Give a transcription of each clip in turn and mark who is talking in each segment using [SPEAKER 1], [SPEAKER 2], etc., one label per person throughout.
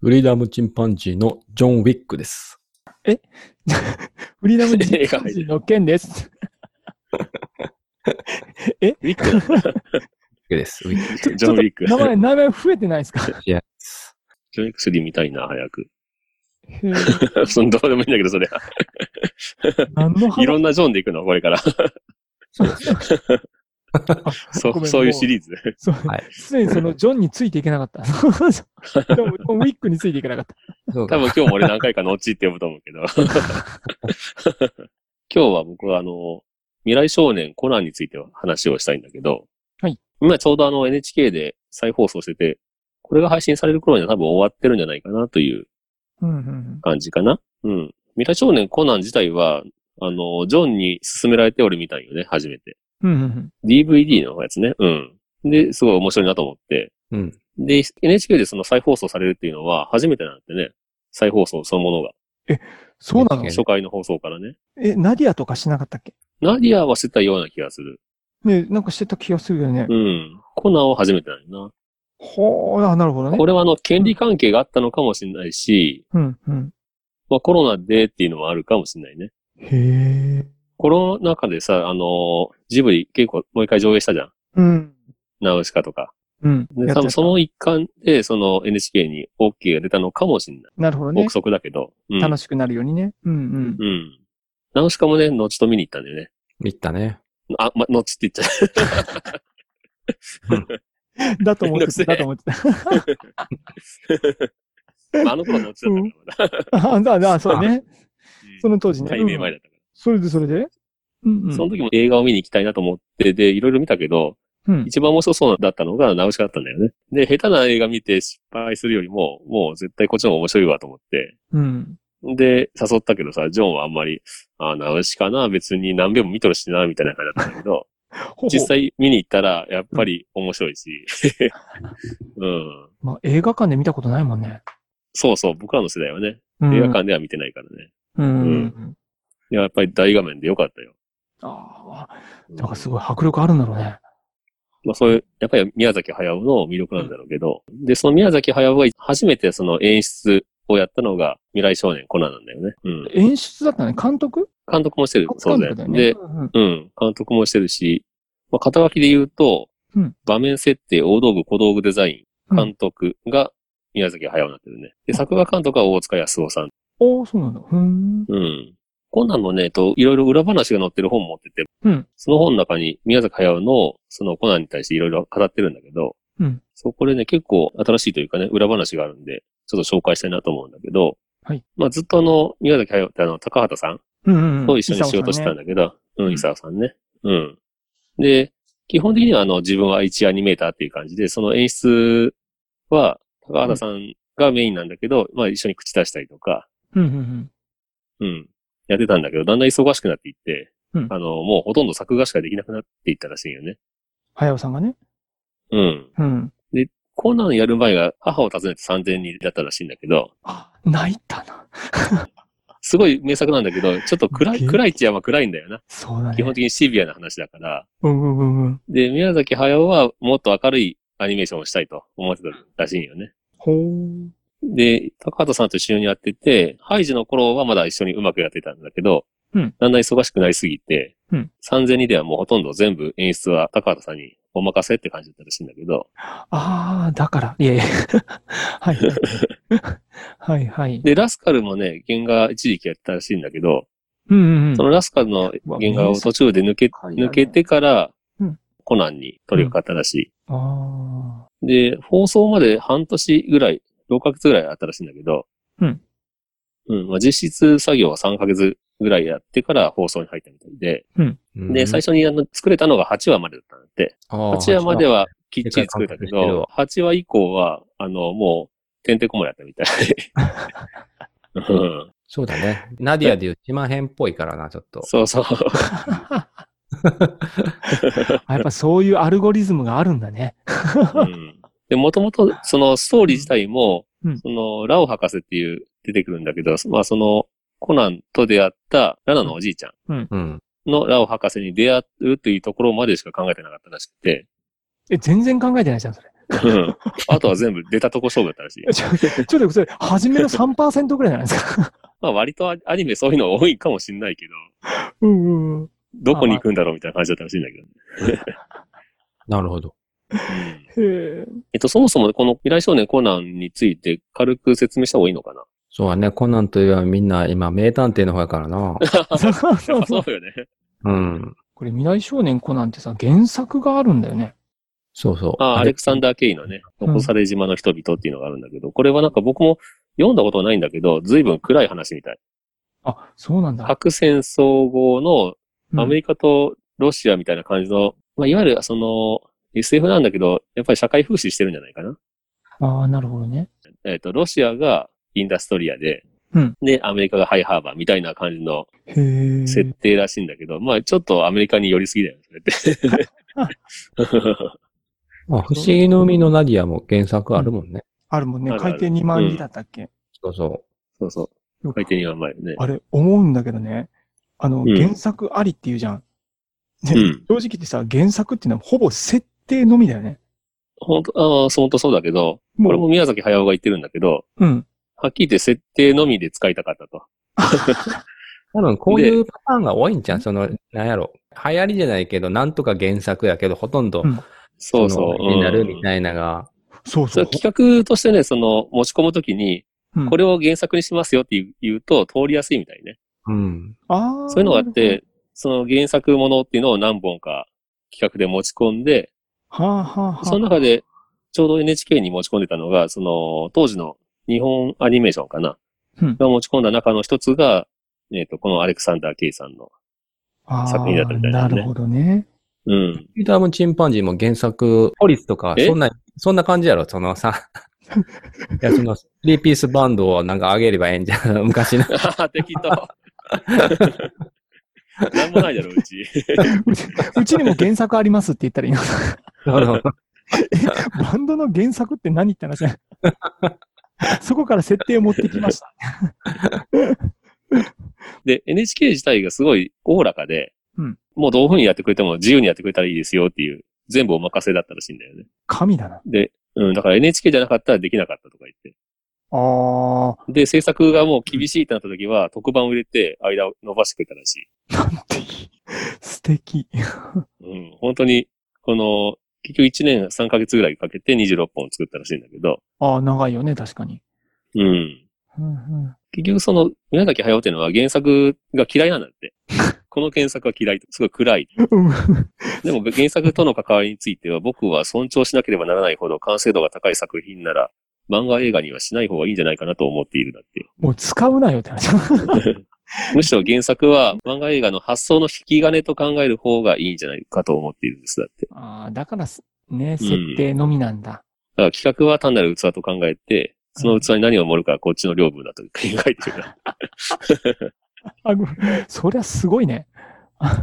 [SPEAKER 1] フリーダムチンパンジーのジョン・ウィックです。
[SPEAKER 2] フリーダムチンパンジーの 件です。
[SPEAKER 3] ウィック、
[SPEAKER 1] ウィックです。ウィック
[SPEAKER 3] ジョン・ウィック。ジ
[SPEAKER 2] 名
[SPEAKER 3] ョン・
[SPEAKER 2] 前、名前増えてない ですか
[SPEAKER 1] です。
[SPEAKER 3] ウィック3見たいな、早く。
[SPEAKER 2] へー
[SPEAKER 3] そのどうでもいいんだけど、そ れ。
[SPEAKER 2] 何の話
[SPEAKER 3] いろんなジョンで行くの、これから。そ
[SPEAKER 2] ごめ
[SPEAKER 3] う、
[SPEAKER 2] ん
[SPEAKER 3] そういうシ リーズ。
[SPEAKER 2] そう
[SPEAKER 1] はい
[SPEAKER 2] すでにそのジョンについていけなかった。 でもウィックについていけなかった。
[SPEAKER 1] そう
[SPEAKER 3] 多
[SPEAKER 1] か。
[SPEAKER 3] 分今日も俺何回かのちって呼ぶと思うけど。 今日は僕はあの、未来少年コナンについて話をしたいんだけど。
[SPEAKER 2] はい。
[SPEAKER 3] 今ちょうどあの NHK で再放送してて、これが配信される頃には多分終わってるんじゃないかなという
[SPEAKER 2] うんうん
[SPEAKER 3] 感じかな。うん。未来少年コナン自体は、あの、ジョンに勧められて俺見たんよね、初めて。
[SPEAKER 2] うんうんうん。
[SPEAKER 3] DVD のやつね。うん。で、すごい面白いなと思って。
[SPEAKER 1] うん。
[SPEAKER 3] で、NHK でその再放送されるっていうのは初めてなんてね。再放送そのものが。
[SPEAKER 2] そうなの
[SPEAKER 1] え
[SPEAKER 3] 初回の放送からね。
[SPEAKER 2] え、ナディアとかしなかったっけ
[SPEAKER 3] ナディアはしてたような気がする。
[SPEAKER 2] ねなんかしてた気がするよね
[SPEAKER 3] う。ん。コナンは初めてなんよ
[SPEAKER 2] ほー、あなるほど
[SPEAKER 3] な。
[SPEAKER 2] ね
[SPEAKER 3] こ。れはあの、権利関係があったのかもしれないし、
[SPEAKER 2] うんうん。
[SPEAKER 3] まあコロナでっていうのもあるかもしれないね。
[SPEAKER 2] へー。
[SPEAKER 3] コロナ禍でさ、あの、ジブリ結構もう一回上映したじゃん。
[SPEAKER 2] うん。
[SPEAKER 3] ナウシカとか。
[SPEAKER 2] うん。
[SPEAKER 3] で、多
[SPEAKER 2] やって
[SPEAKER 3] 分
[SPEAKER 2] た
[SPEAKER 3] その一環で、その NHK に OK が出たのかもしれない。
[SPEAKER 2] なるほどね
[SPEAKER 3] 憶。測だけど。うん。
[SPEAKER 2] 楽しくなるようにね。うん
[SPEAKER 3] うん。ナウシカもね、後と見に行ったんだよね。
[SPEAKER 1] 見たね。
[SPEAKER 3] あ、ま、後って言っちゃう。
[SPEAKER 2] うん。だと思ってた、だと思ってた。
[SPEAKER 3] まあ、あの頃は後だったから、まだ。
[SPEAKER 2] あ、だ、だ、そうね。その当時ね。
[SPEAKER 3] 対面前だったか
[SPEAKER 2] それでそれでうんう
[SPEAKER 3] ら。
[SPEAKER 2] ん。
[SPEAKER 3] その時も映画を見に行きたいなと思って、で、いろいろ見たけど、
[SPEAKER 2] うん。
[SPEAKER 3] 一番面白そうだったのがナウシカだったんだよね。で、下手な映画見て失敗するよりも、もう絶対こっちの方が面白いわと思って。
[SPEAKER 2] うん。
[SPEAKER 3] で、誘ったけどさ、ジョンはあんまり、あ、ナウシカな、別に何遍も見とるしな、みたいな感じだったんだけど、
[SPEAKER 2] ほう
[SPEAKER 3] 実。際見に行ったら、やっぱり面白いし。 うん。
[SPEAKER 2] まあ、映画館で見たことないもんね。
[SPEAKER 3] そうそう、僕らの世代はね、
[SPEAKER 2] うん
[SPEAKER 3] 映画館では見てないからね。
[SPEAKER 2] うん。
[SPEAKER 3] ういや、やっぱり大画面でよかったよ。
[SPEAKER 2] ああ、だからすごい迫力あるんだろうね。
[SPEAKER 3] まあそういう、やっぱり宮崎駿の魅力なんだろうけど、で、その宮崎駿が初めてその演出をやったのが未来少年コナンなんだよね。うん。
[SPEAKER 2] 演出だったね。監督
[SPEAKER 3] 監督もしてる、そうだよ。
[SPEAKER 2] 監督だよね。
[SPEAKER 3] で、
[SPEAKER 2] うんうん
[SPEAKER 3] うん、監督もしてるし、まあ、肩書きで言うと、
[SPEAKER 2] うん
[SPEAKER 3] 場面設定、大道具、小道具デザイ
[SPEAKER 2] う
[SPEAKER 3] ン、
[SPEAKER 2] ん
[SPEAKER 3] 監督が宮崎駿になってるね。で、作画監督は大塚康夫さん。
[SPEAKER 2] おーそうなんだ。ふーん。
[SPEAKER 3] うん。コナンのね、えっと、いろいろ裏話が載ってる本持ってて、
[SPEAKER 2] うん
[SPEAKER 3] その本の中に宮崎駿の、そのコナンに対していろいろ語ってるんだけど、
[SPEAKER 2] うん
[SPEAKER 3] そこでね、結構新しいというかね、裏話があるんで、ちょっと紹介したいなと思うんだけど、
[SPEAKER 2] はい。
[SPEAKER 3] まあずっとあの、宮崎駿ってあの、高畑さん
[SPEAKER 2] うんうんうん。
[SPEAKER 3] と一緒に仕事してたん
[SPEAKER 2] だ。
[SPEAKER 3] だけど、うん、
[SPEAKER 2] ん
[SPEAKER 3] 伊沢さんね。うん。で、基本的にはあの、自分は一アニメーターっていう感じで、その演出は、高畑さんがメインなんだけど、まあ一緒に口出したりとか、
[SPEAKER 2] うんう
[SPEAKER 3] う
[SPEAKER 2] ん
[SPEAKER 3] ん。やってたんだけど、だんだん忙しくなっていって、
[SPEAKER 2] うん
[SPEAKER 3] あの、もうほとんど作画しかできなくなっていったらしいよね。
[SPEAKER 2] はやおさんがね。
[SPEAKER 3] うん。
[SPEAKER 2] うん。
[SPEAKER 3] コナンやる前が母を訪ねて3000人だったらしいんだけど、
[SPEAKER 2] あ、泣いたな。
[SPEAKER 3] すごい名作なんだけど、ちょっと暗い、
[SPEAKER 2] Okay
[SPEAKER 3] 暗いっちゃまあ暗いんだよな。
[SPEAKER 2] そうだね。
[SPEAKER 3] 基本的にシビアな話だから。
[SPEAKER 2] うんうんうんうん。
[SPEAKER 3] で、宮崎駿はもっと明るいアニメーションをしたいと思ってたらしいよね。
[SPEAKER 2] ほー。
[SPEAKER 3] で、高畑さんと一緒にやってて、ハイジの頃はまだ一緒にうまくやってたんだけど、
[SPEAKER 2] うん
[SPEAKER 3] だんだん忙しくなりすぎて、
[SPEAKER 2] うん
[SPEAKER 3] 3000人ではもうほとんど全部演出は高畑さんにお任せって感じだったらしいんだけど、
[SPEAKER 2] ああ、だから。いやい や。はい。 はいはい。
[SPEAKER 3] で、ラスカルもね、原画一時期やってたらしいんだけど、
[SPEAKER 2] うんうんうん。
[SPEAKER 3] そのラスカルの原画を途中で抜け、
[SPEAKER 2] うわ名作
[SPEAKER 3] 抜けてから
[SPEAKER 2] うん、
[SPEAKER 3] コナンに取り掛かったらしい。
[SPEAKER 2] ああ。
[SPEAKER 3] で、放送まで半年ぐらい、6ヶ月ぐらいあったらしいんだけど、
[SPEAKER 2] うん。
[SPEAKER 3] うん、まあ、実質作業は3ヶ月ぐらいやってから放送に入ったみたいで、
[SPEAKER 1] うん
[SPEAKER 3] で、最初にあの作れたのが8話までだったんだって。
[SPEAKER 1] あー
[SPEAKER 3] 8話まではきっちり作れたけ
[SPEAKER 1] 世界観
[SPEAKER 3] ど、8話以降は、あの、もう、てんてこもやったみたい。うん
[SPEAKER 4] そうだね。ナディアで言う島編っぽいからな、ちょっと。
[SPEAKER 3] そうそう。
[SPEAKER 2] あやっぱそういうアルゴリズムがあるんだね。
[SPEAKER 3] うんで、もともと、そのストーリー自体も、
[SPEAKER 2] うん
[SPEAKER 3] その、ラオ博士っていう、出てくるんだけど、まあその、コナンと出会った、ラナのおじいちゃ
[SPEAKER 4] うん。
[SPEAKER 3] んのラオ博士に出会うというところまでしか考えてなかったらしく て、
[SPEAKER 2] え、全然考えてないじゃん、それ。
[SPEAKER 3] うんあとは全部出たとこ勝負だった らしい。
[SPEAKER 2] ちょちょっとそれ、初めの3%ぐらいじゃないですか。
[SPEAKER 3] まあ割とアニメそういうの多いかもしんないけど、
[SPEAKER 2] うんうんうん。
[SPEAKER 3] どこに行くんだろうみたいな感じだったらしいんだけどね。
[SPEAKER 4] なるほど。
[SPEAKER 3] うん
[SPEAKER 2] へえ。
[SPEAKER 3] えっと、そもそもこの未来少年コナンについて軽く説明した方がいいのかな
[SPEAKER 4] そうだね。コナンといえばみんな今名探偵の方やか らな。
[SPEAKER 2] そうそ
[SPEAKER 3] やっ
[SPEAKER 2] う
[SPEAKER 3] ぱ
[SPEAKER 2] そ。
[SPEAKER 3] そううよね。
[SPEAKER 4] うん。
[SPEAKER 2] これ、未来少年コナンってさ、原作があるんだよね。
[SPEAKER 4] そうそう。
[SPEAKER 3] ああ、アレクサン
[SPEAKER 4] ダ
[SPEAKER 3] ダー・ケイのね、
[SPEAKER 2] うん
[SPEAKER 3] 残され島の人々っていうのがあるんだけど、これはなんか僕も読んだことはないんだけど、随分暗い話みたい。
[SPEAKER 2] あ、そうなんだ。
[SPEAKER 3] 核戦争後
[SPEAKER 2] うん
[SPEAKER 3] のアメリカとロシアみたいな感じの、まあ、いわゆるその SF なんだけど、やっぱり社会風刺してるんじゃないかな。
[SPEAKER 2] ああ、なるほどね。
[SPEAKER 3] えっ、と、ロシアがインダストリアで、
[SPEAKER 2] うん
[SPEAKER 3] で、アメリカがハイハーバーみたいな感じの
[SPEAKER 2] へえ。
[SPEAKER 3] 設定らしいんだけど、まあちょっとアメリカに寄りすぎだよね、そ れって。
[SPEAKER 4] まあ、不思議の海のナディアも原作あるもんね。
[SPEAKER 2] あるもんね
[SPEAKER 3] あ。るあ
[SPEAKER 2] 海
[SPEAKER 3] る
[SPEAKER 2] 底2万里だったっけ、
[SPEAKER 4] そうそ
[SPEAKER 3] そうそう。回転は前ね。
[SPEAKER 2] あれ、思うんだけどね。あの、
[SPEAKER 3] うん
[SPEAKER 2] 原作ありって言うじゃん。ね
[SPEAKER 3] うん
[SPEAKER 2] 正直言ってさ、原作っていうのはほぼ設定のみだよね。
[SPEAKER 3] 本当ああ、本当そうだけど、
[SPEAKER 2] も
[SPEAKER 3] こ
[SPEAKER 2] う、
[SPEAKER 3] れも宮崎駿が言ってるんだけど、
[SPEAKER 2] うん。
[SPEAKER 3] はっきり言って設定のみで使いたかった と。
[SPEAKER 4] う。多分こういうパターンが多いんじゃん。その、なんやろ。流行りじゃないけど、なんとか原作やけど、ほとんど
[SPEAKER 2] うん
[SPEAKER 3] そうそう。
[SPEAKER 4] のになるみ
[SPEAKER 3] いな。
[SPEAKER 4] たいなが。
[SPEAKER 2] そう
[SPEAKER 3] そ
[SPEAKER 2] そうう。
[SPEAKER 3] 企画としてね、その、持ち込むときに、
[SPEAKER 2] うん
[SPEAKER 3] これを原作にしますよって言う言うと通りやすいみたいね。
[SPEAKER 4] うん。
[SPEAKER 2] ああ。
[SPEAKER 3] そういうのがあって、その原作ものっていうのを何本か企画で持ち込んで、
[SPEAKER 2] なるほど。はあはあはあ。
[SPEAKER 3] その中で、ちょうど NHK に持ち込んでたのが、その、当時の日本アニメーションかな、
[SPEAKER 2] うん
[SPEAKER 3] が持ち込んだ中の一つが、えっ、と、このアレクサンダー・ケイさんの。作品だったみたい
[SPEAKER 2] な、
[SPEAKER 3] なね
[SPEAKER 2] なるほどね。
[SPEAKER 3] うん。
[SPEAKER 4] ピーターもチンパンジーも原作、ポリスとか、
[SPEAKER 3] え
[SPEAKER 4] そんな、そんな感じやろ、そのさ。 いや、その、スリーピースバンドをなんか上げればええんじゃん、昔の。
[SPEAKER 3] あはは適当。なんもないだろ、うち。
[SPEAKER 2] うちうちにも原作ありますって言ったら いいのバンドの原作って何って話だよ そこから設定を持ってきました。
[SPEAKER 3] で、NHK 自体がすごいおおらかで、
[SPEAKER 2] うん
[SPEAKER 3] もうどういうふうにやってくれても自由にやってくれたらいいですよっていう、全部お任せだったらしいんだよね。
[SPEAKER 2] 神だな。
[SPEAKER 3] で、うん、だから NHK じゃなかったらできなかったとか言って。
[SPEAKER 2] ああ、
[SPEAKER 3] で、制作がもう厳しいってなった時は、特番を入れて間を伸ばしてくれたらしい。
[SPEAKER 2] なんていい。素敵。
[SPEAKER 3] うん、本当に、この、結局1年3ヶ月ぐらいかけて26本作ったらしいんだけど、
[SPEAKER 2] ああ、長いよね、確かに。
[SPEAKER 3] うん。
[SPEAKER 2] うんうん
[SPEAKER 3] 結局その、宮崎駿っていうのは原作が嫌いなんだって。この原作は嫌いと。すごい暗い。
[SPEAKER 2] うん
[SPEAKER 3] でも原作との関わりについては僕は尊重しなければならないほど完成度が高い作品なら、漫画映画にはしない方がいいんじゃないかなと思っているんだって。
[SPEAKER 2] もう使うなよって話。
[SPEAKER 3] むしろ原作は漫画映画の発想の引き金と考える方がいいんじゃないかと思っているんです。だって。
[SPEAKER 2] ああ、だからす、ね、設定のみなんだ。
[SPEAKER 3] だから企画は単なる器と考えて、その器に何を盛るかはこっちの領分だと考えてるから。
[SPEAKER 2] あごめんそりゃすごいね。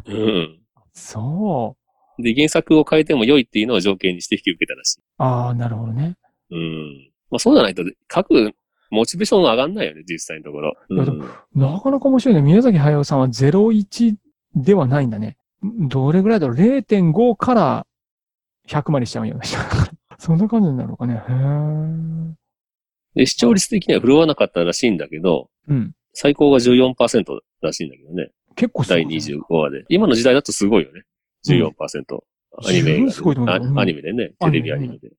[SPEAKER 3] うん。
[SPEAKER 2] そう。
[SPEAKER 3] で、原作を変えても良いっていうのを条件にして引き受けたらしい。
[SPEAKER 2] ああ、なるほどね。
[SPEAKER 3] うん。まあそうじゃないと、書くモチベーションが上がんないよね、実際のところ。う
[SPEAKER 2] いやで
[SPEAKER 3] ん。
[SPEAKER 2] なかなか面白いね。宮崎駿さんは01ではないんだね。どれぐらいだろう ?0.5 から100までしちゃうような人。 そんな感じになるのかね。へえ。
[SPEAKER 3] で、視聴率的には振るわなかったらしいんだけど、
[SPEAKER 2] うん。
[SPEAKER 3] 最高が14%らしいんだけどね。
[SPEAKER 2] 結構すご
[SPEAKER 3] 第
[SPEAKER 2] いね。
[SPEAKER 3] 25話で。今の時代だとすごいよね。14%。アニメ映画で、
[SPEAKER 2] すごいと思うようん
[SPEAKER 3] あアニメでね、テレビアニメで。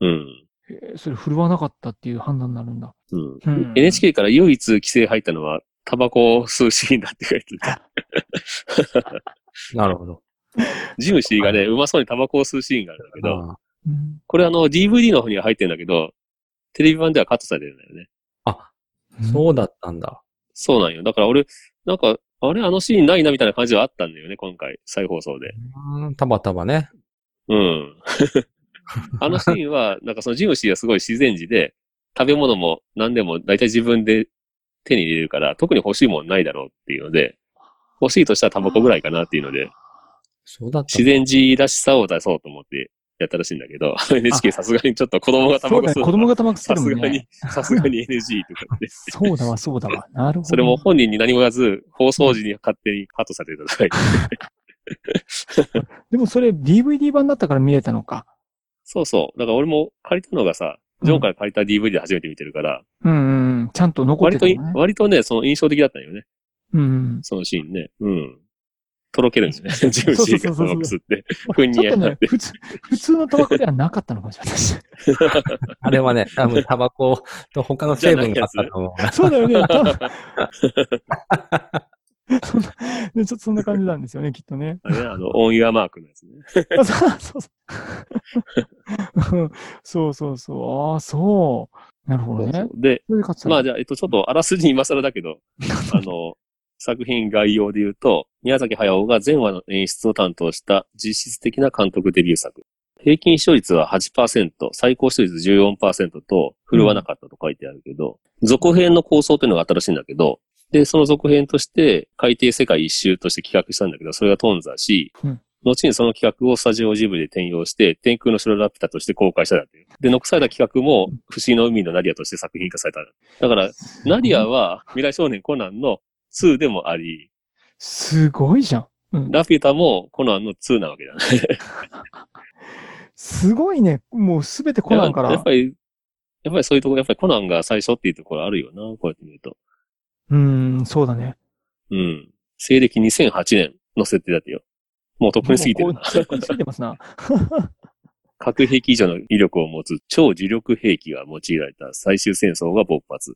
[SPEAKER 3] うん。
[SPEAKER 2] えーそれ振るわなかったっていう判断になるんだ。
[SPEAKER 3] うん
[SPEAKER 2] うん
[SPEAKER 3] NHK から唯一規制入ったのは、タバコを吸うシーンだって書い てた。
[SPEAKER 4] なるほど。
[SPEAKER 3] ジムシーがね、うまそうにタバコを吸うシーンがあるんだけど、
[SPEAKER 4] あ
[SPEAKER 2] うん
[SPEAKER 3] これあの、DVD の方には入ってるんだけど、テレビ版ではカットされてるんだよね。
[SPEAKER 4] あ、そうだったんだ。
[SPEAKER 3] そうなんよ。だから俺、なんか、あれあのシーンないなみたいな感じはあったんだよね、今回、再放送で。
[SPEAKER 4] うんたばたばね。
[SPEAKER 3] うん。 あのシーンは、なんかそのジムシーはすごい自然時で、食べ物も何でも大体自分で手に入れるから、特に欲しいもんないだろうっていうので、欲しいとしたらタバコぐらいかなっていうので、
[SPEAKER 4] そうだった
[SPEAKER 3] 自然寺らしさを出そうと思ってやったらしいんだけど、NHK さすがにちょっと子供がタバ
[SPEAKER 2] そう
[SPEAKER 3] コ
[SPEAKER 2] だ
[SPEAKER 3] 吸う
[SPEAKER 2] ね。
[SPEAKER 3] の
[SPEAKER 2] 子供がタバコ吸っ
[SPEAKER 3] さ
[SPEAKER 2] て
[SPEAKER 3] す
[SPEAKER 2] るも
[SPEAKER 3] が
[SPEAKER 2] ん
[SPEAKER 3] に
[SPEAKER 2] ね。、
[SPEAKER 3] さすがに NG とかって。
[SPEAKER 2] そうだわ、そう だわ。なるほど。
[SPEAKER 3] それも本人に何も言わず、放送時に勝手にカットされてただけ。
[SPEAKER 2] でもそれ DVD 版だったから見れたのか。
[SPEAKER 3] そうそう。だから俺も借りたのがさ、ジョンから借りた DVD で初めて見てるから、
[SPEAKER 2] うんうん。ちゃんと残っ
[SPEAKER 3] 割
[SPEAKER 2] て
[SPEAKER 3] と
[SPEAKER 2] た
[SPEAKER 3] い、
[SPEAKER 2] よね。
[SPEAKER 3] 割とね、その印象的だったんよね。
[SPEAKER 2] うんうん。
[SPEAKER 3] そのシーンね。うん。とろけるんですね。ジムシーがタバコ吸って。ふに
[SPEAKER 2] ちょっ
[SPEAKER 3] ゃ
[SPEAKER 2] と
[SPEAKER 3] なっ
[SPEAKER 2] ね
[SPEAKER 3] て、。
[SPEAKER 2] 普通、普通のタバコではなかったのかもしれない。
[SPEAKER 4] あれはね、多分タバコ と他の成分があったと思う。
[SPEAKER 2] そうだ よね。多分 そんなねちょっとそんな感じな んですよね、きっとね。
[SPEAKER 3] あ れねあの、オンユアマークのやつね。
[SPEAKER 2] あそうそううんそう そうそう。ああ、そう。なるほど
[SPEAKER 3] そ
[SPEAKER 2] ね
[SPEAKER 3] う。そうで、
[SPEAKER 2] それで勝つ
[SPEAKER 3] まあじゃあ、えっと、ちょっとあらすじ今更だけ ど、あの、作品概要で言うと、宮崎駿が前話の演出を担当した実質的な監督デビュー作。平均視聴率は8%、最高視聴率14%と、振るわなかったと書いてあるけど、続編の構想というのが新しいんだけど、で、その続編として、海底世界一周として企画したんだけど、それが頓挫し、
[SPEAKER 2] うん
[SPEAKER 3] 後にその企画をスタジオジブリで転用して、天空の城ラピュタとして公開したんだっていう。で、残された企画も、不思議の海のナディアとして作品化されたんだ。だから、ナディアは未来少年コナンの2でもあり、
[SPEAKER 2] すごいじゃん。うん
[SPEAKER 3] ラピュタもコナンの2なわけだね。
[SPEAKER 2] すごいね。もうすべて コナンか
[SPEAKER 3] やっ
[SPEAKER 2] ら
[SPEAKER 3] ぱ。り、やっぱりそういうところ、やっぱりコナンが最初っていうところあるよな、こうやって見ると。
[SPEAKER 2] うん、そうだね。
[SPEAKER 3] うん。西暦2008年の設定だってよ。もうとっくに過ぎてる
[SPEAKER 2] も
[SPEAKER 3] な
[SPEAKER 2] う。こうこう過ぎてます な。
[SPEAKER 3] 核兵器以上の威力を持つ超磁力兵器が用いられた最終戦争が勃発。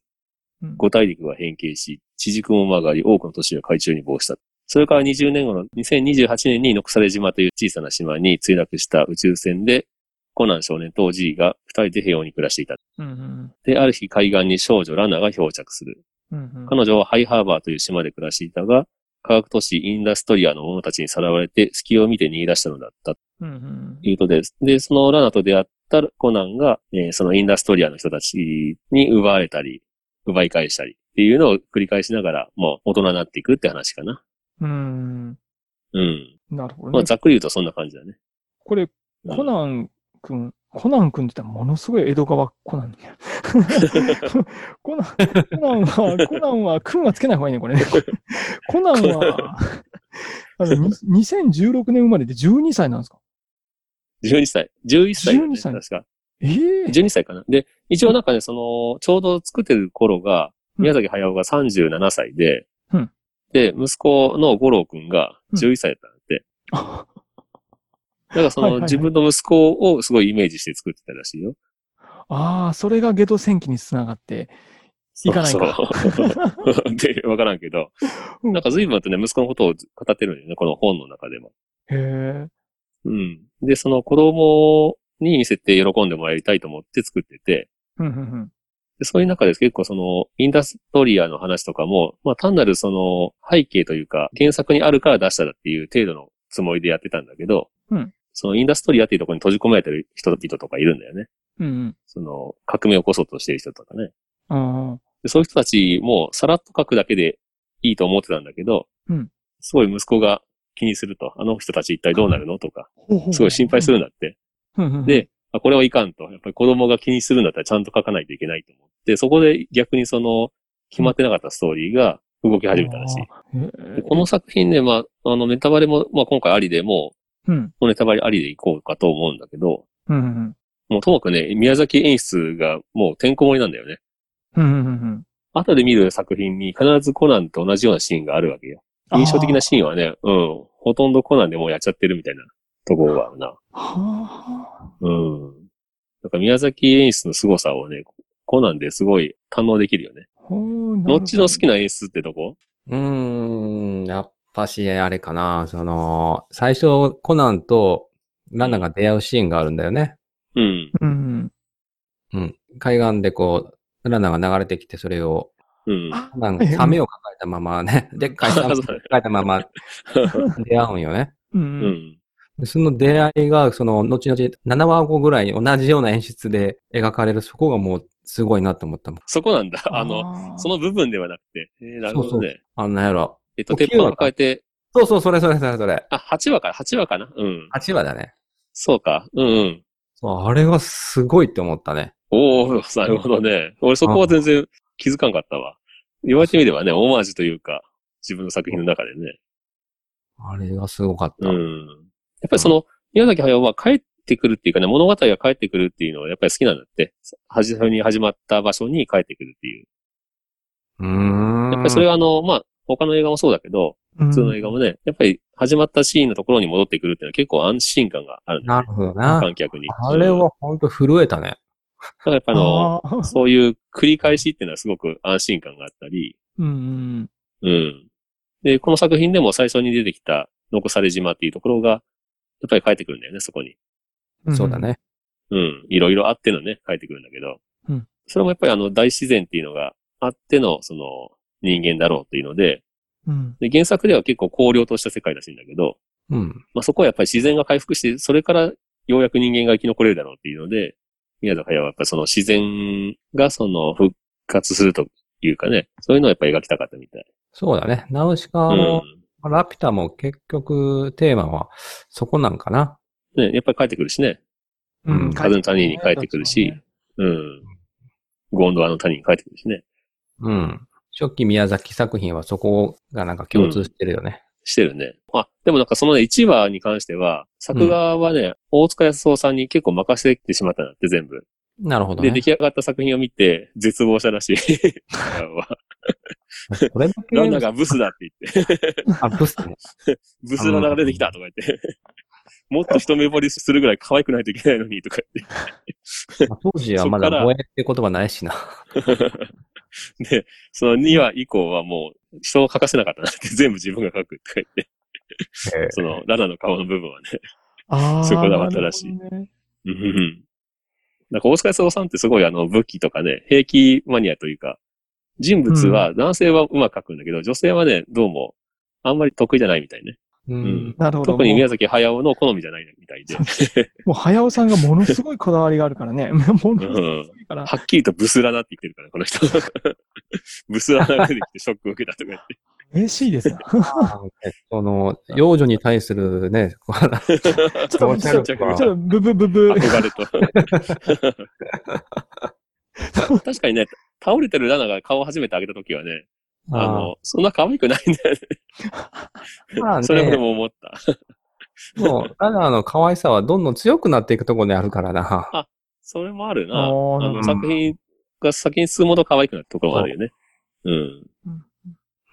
[SPEAKER 2] うん
[SPEAKER 3] 五大陸が変形し、地軸も曲がり、多くの都市が海中に防した。それから20年後の2028年にノクサレ島という小さな島に墜落した宇宙船で、コナン少年とおじいが二人で平穏に暮らしていた。
[SPEAKER 2] うんうん
[SPEAKER 3] で、ある日海岸に少女ラナが漂着する。
[SPEAKER 2] うんうん
[SPEAKER 3] 彼女はハイハーバーという島で暮らしていたが、科学都市インダストリアの者たちにさらわれて隙を見て逃げ出したのだった。
[SPEAKER 2] うんうん
[SPEAKER 3] いうことです。で、そのラナと出会ったコナンが、えーそのインダストリアの人たちに奪われたり、奪い返したりっていうのを繰り返しながら、もう大人になっていくって話かな。
[SPEAKER 2] うん。
[SPEAKER 3] うん。
[SPEAKER 2] なるほ
[SPEAKER 3] ま
[SPEAKER 2] ど
[SPEAKER 3] あ、
[SPEAKER 2] ね。
[SPEAKER 3] ざっくり言うとそんな感じだね。
[SPEAKER 2] これ、
[SPEAKER 3] うん
[SPEAKER 2] コナン君、コナン君って言ったらものすごい江戸川コナンね。 コナン、コナンは、コナンは、君はつけない方がいいね、これね。コナンは、 あの、に2016年生まれで12歳なんですか
[SPEAKER 3] 12歳。11歳、ね。
[SPEAKER 2] 12歳
[SPEAKER 3] 確か。
[SPEAKER 2] ええ
[SPEAKER 3] 12歳かな。で、一応なんかね、その、ちょうど作ってる頃が、
[SPEAKER 2] うん
[SPEAKER 3] 宮崎駿が37歳で、
[SPEAKER 2] うん
[SPEAKER 3] で、息子の五郎くんが11歳だったんで、
[SPEAKER 2] あ
[SPEAKER 3] だからそ
[SPEAKER 2] はいはい
[SPEAKER 3] の
[SPEAKER 2] はい
[SPEAKER 3] 自分の息子をすごいイメージして作ってたらしいよ。
[SPEAKER 2] あー、それがゲド戦記につながって、行かないか
[SPEAKER 3] そうそう。 で、わからんけど。
[SPEAKER 2] うん
[SPEAKER 3] なんか随分とね、息子のことを語ってるんだよね、この本の中でも。
[SPEAKER 2] へえ。
[SPEAKER 3] うん。で、その子供に見せて喜んでもらいたいと思って作ってて、
[SPEAKER 2] うんうんうん
[SPEAKER 3] でそういう中で結構その、インダストリアの話とかも、まあ単なるその、背景というか、原作にあるから出したっていう程度のつもりでやってたんだけど、
[SPEAKER 2] うん
[SPEAKER 3] そのインダストリアっていうところに閉じ込められてる人々とかいるんだよね。
[SPEAKER 2] うん
[SPEAKER 3] その、革命を起こそうとしてる人とかね。
[SPEAKER 2] うん。ああ。
[SPEAKER 3] でそういう人たちもさらっと書くだけでいいと思ってたんだけど、
[SPEAKER 2] うん
[SPEAKER 3] すごい息子が気にすると、あの人たち一体どうなるのとか、
[SPEAKER 2] ほうほうほう
[SPEAKER 3] すごい心配するんだって。
[SPEAKER 2] うんうんうん
[SPEAKER 3] で、あこれはいかんと。やっぱり子供が気にするんだったらちゃんと書かないといけないと思って、そこで逆にその、決まってなかったストーリーが動き始めたらしい。
[SPEAKER 2] あー。え
[SPEAKER 3] でこの作品ね、まあ、あの、ネタバレも、まあ今回ありでも
[SPEAKER 2] うん。
[SPEAKER 3] う、ネタバレありでいこうかと思うんだけど、
[SPEAKER 2] うんうん
[SPEAKER 3] もうともかくね、宮崎演出がもうてんこ盛りなんだよね。
[SPEAKER 2] うん。うんうんうん
[SPEAKER 3] 後で見る作品に必ずコナンと同じようなシーンがあるわけよ。
[SPEAKER 2] うん。
[SPEAKER 3] 印象的なシーンはね、うん。ほとんどコナンでもうやっちゃってるみたいなところがあるな。
[SPEAKER 2] あー。は
[SPEAKER 3] うん。なんか宮崎演出の凄さをね、コナンですごい堪能できるよね。
[SPEAKER 2] あ。ほうなるほど
[SPEAKER 3] 後の好きな演出ってとこ
[SPEAKER 4] うーん、やっぱし、あれかな。その、最初、コナンとラナが出会うシーンがあるんだよね。
[SPEAKER 3] うん。
[SPEAKER 2] うん
[SPEAKER 4] うん。海岸でこう、ラナが流れてきて、それを、
[SPEAKER 3] うん。
[SPEAKER 2] あ
[SPEAKER 4] コナンがサメを抱えたまま ね、でっかいサメを抱えたまま出会うんよね。
[SPEAKER 2] う
[SPEAKER 3] うん
[SPEAKER 2] うん。
[SPEAKER 3] ん。
[SPEAKER 4] でその出会いが、その、後々7話後ぐらいに同じような演出で描かれる、そこがもう、すごいなと思ったもん。
[SPEAKER 3] そこなんだ。あの、
[SPEAKER 2] の
[SPEAKER 3] その部分ではなくて。えーなるほどね。
[SPEAKER 4] あんなやろ。
[SPEAKER 3] えっと、
[SPEAKER 4] お給
[SPEAKER 3] 鉄
[SPEAKER 4] 料
[SPEAKER 3] 板を変えて、
[SPEAKER 4] そうそう、それそれそれそれ。
[SPEAKER 3] あ、8話か、8話かなうん。
[SPEAKER 4] 8話だね。
[SPEAKER 3] そうか。うんうん。
[SPEAKER 4] そう、あれはすごいって思ったね。
[SPEAKER 3] おー、なるほどね。俺そこは全然気づかんかったわ。言われてみればね、オマージュというか、自分の作品の中でね。
[SPEAKER 4] あれがすごかった。
[SPEAKER 3] うん。やっぱりその、宮崎駿は帰ってくるっていうかね、物語が帰ってくるっていうのはやっぱり好きなんだって。はじめに始まった場所に帰ってくるっていう。
[SPEAKER 4] うーん。
[SPEAKER 3] やっぱりそれはあの、まあ、他の映画もそうだけど、普通の映画もね、やっぱり始まったシーンのところに戻ってくるっていうのは結構安心感があるんだ
[SPEAKER 4] な
[SPEAKER 3] よ
[SPEAKER 4] る
[SPEAKER 3] ね。
[SPEAKER 4] ほどな。
[SPEAKER 3] 観客に。
[SPEAKER 4] あれはほんと震えたね。
[SPEAKER 3] うん。だからやっぱあの、
[SPEAKER 2] あー
[SPEAKER 3] そういう繰り返しっていうのはすごく安心感があったり、
[SPEAKER 2] うんう
[SPEAKER 3] う
[SPEAKER 2] ん。
[SPEAKER 3] ん。で、この作品でも最初に出てきた残され島っていうところが、やっぱり帰ってくるんだよね、そこに。
[SPEAKER 2] ん
[SPEAKER 4] そうだ。ね。
[SPEAKER 3] うん。いろいろあってのね、帰ってくるんだけど。
[SPEAKER 2] うん
[SPEAKER 3] それもやっぱりあの、大自然っていうのがあっての、その、人間だろうっていうので、
[SPEAKER 2] うん。
[SPEAKER 3] で、原作では結構荒涼とした世界らしいんだけど、
[SPEAKER 4] うん。
[SPEAKER 3] まあ、そこはやっぱり自然が回復して、それからようやく人間が生き残れるだろうっていうので、宮崎駿はやっぱりその自然がその復活するというかね、そういうのをやっぱり描きたかったみたい。
[SPEAKER 4] そうだね。ナウシカ
[SPEAKER 3] う
[SPEAKER 4] も、
[SPEAKER 3] ん。
[SPEAKER 4] ラピュタも結局テーマはそこなんかな。
[SPEAKER 3] ね、やっぱり帰ってくるしね。
[SPEAKER 4] うん
[SPEAKER 3] 風の谷に帰ってくるし。うん。ゴンドワの谷に帰ってくるしね。
[SPEAKER 4] うん。初期宮崎作品はそこがなんか共通してるよね。
[SPEAKER 3] してるね。あ、でもなんかそのね、1話に関しては、作画はね、大塚康夫さんに結構任せてしまったんだって全部。
[SPEAKER 4] なるほど
[SPEAKER 3] で、
[SPEAKER 4] ね
[SPEAKER 3] 出。来上がった作品を見て、絶望したらしい。あの
[SPEAKER 4] それだけ
[SPEAKER 3] ランナーがブスだって言って、
[SPEAKER 4] あ、ブスね。
[SPEAKER 3] ブスランナーが出てきたとか言って、もっと一目惚れするぐらい可愛くないといけないのにとか言っ
[SPEAKER 4] まあ当時は ま
[SPEAKER 3] そっから
[SPEAKER 4] だ萌えって言葉ないしな。
[SPEAKER 3] て。で、その2話以降はもう、人を描かせなかったなって、全部自分が描くとか言って、その、ランナーの顔の部分はね。
[SPEAKER 2] ああ。
[SPEAKER 3] そこだわ新しい
[SPEAKER 2] なるほどね
[SPEAKER 3] うんうんうん。なんか、大塚康夫さんってすごいあの、武器とかね、兵器マニアというか、人物は、男性はうまく描くんだけど、女性はね、どうも、あんまり得意じゃないみたいね。
[SPEAKER 4] うんん。
[SPEAKER 2] なるほど。
[SPEAKER 3] 特に宮崎駿の好みじゃないみたいで。
[SPEAKER 2] もう、早尾さんがものすごいこだわりがあるからね。ものすご
[SPEAKER 3] うん
[SPEAKER 2] いから。
[SPEAKER 3] はっきりとブスラだって言ってるから、この人。 ブスラが出てきてショックを受けたとか言って。
[SPEAKER 2] 嬉しいですな。 ち
[SPEAKER 4] その、幼女に対す るね、こう
[SPEAKER 2] ょっと、
[SPEAKER 4] 気
[SPEAKER 2] ち
[SPEAKER 4] 持
[SPEAKER 2] ょっ
[SPEAKER 4] ち
[SPEAKER 2] と、ち
[SPEAKER 4] 悪い
[SPEAKER 2] ょ
[SPEAKER 4] わ
[SPEAKER 2] っと、ブブブブ。
[SPEAKER 3] 憧れと。確かにね、倒れてるラナが顔を初めて上げた時はね、あの、そんな可愛くないんだよね。
[SPEAKER 4] まあね
[SPEAKER 3] それも思った。
[SPEAKER 4] もう、ランナーの可愛さはどんどん強くなっていくところにあるからな。
[SPEAKER 3] それもあるな。あ
[SPEAKER 2] ああなるほ
[SPEAKER 3] の
[SPEAKER 2] ど
[SPEAKER 3] 作品が先に進むほど可愛くなるところもあるよね。うん。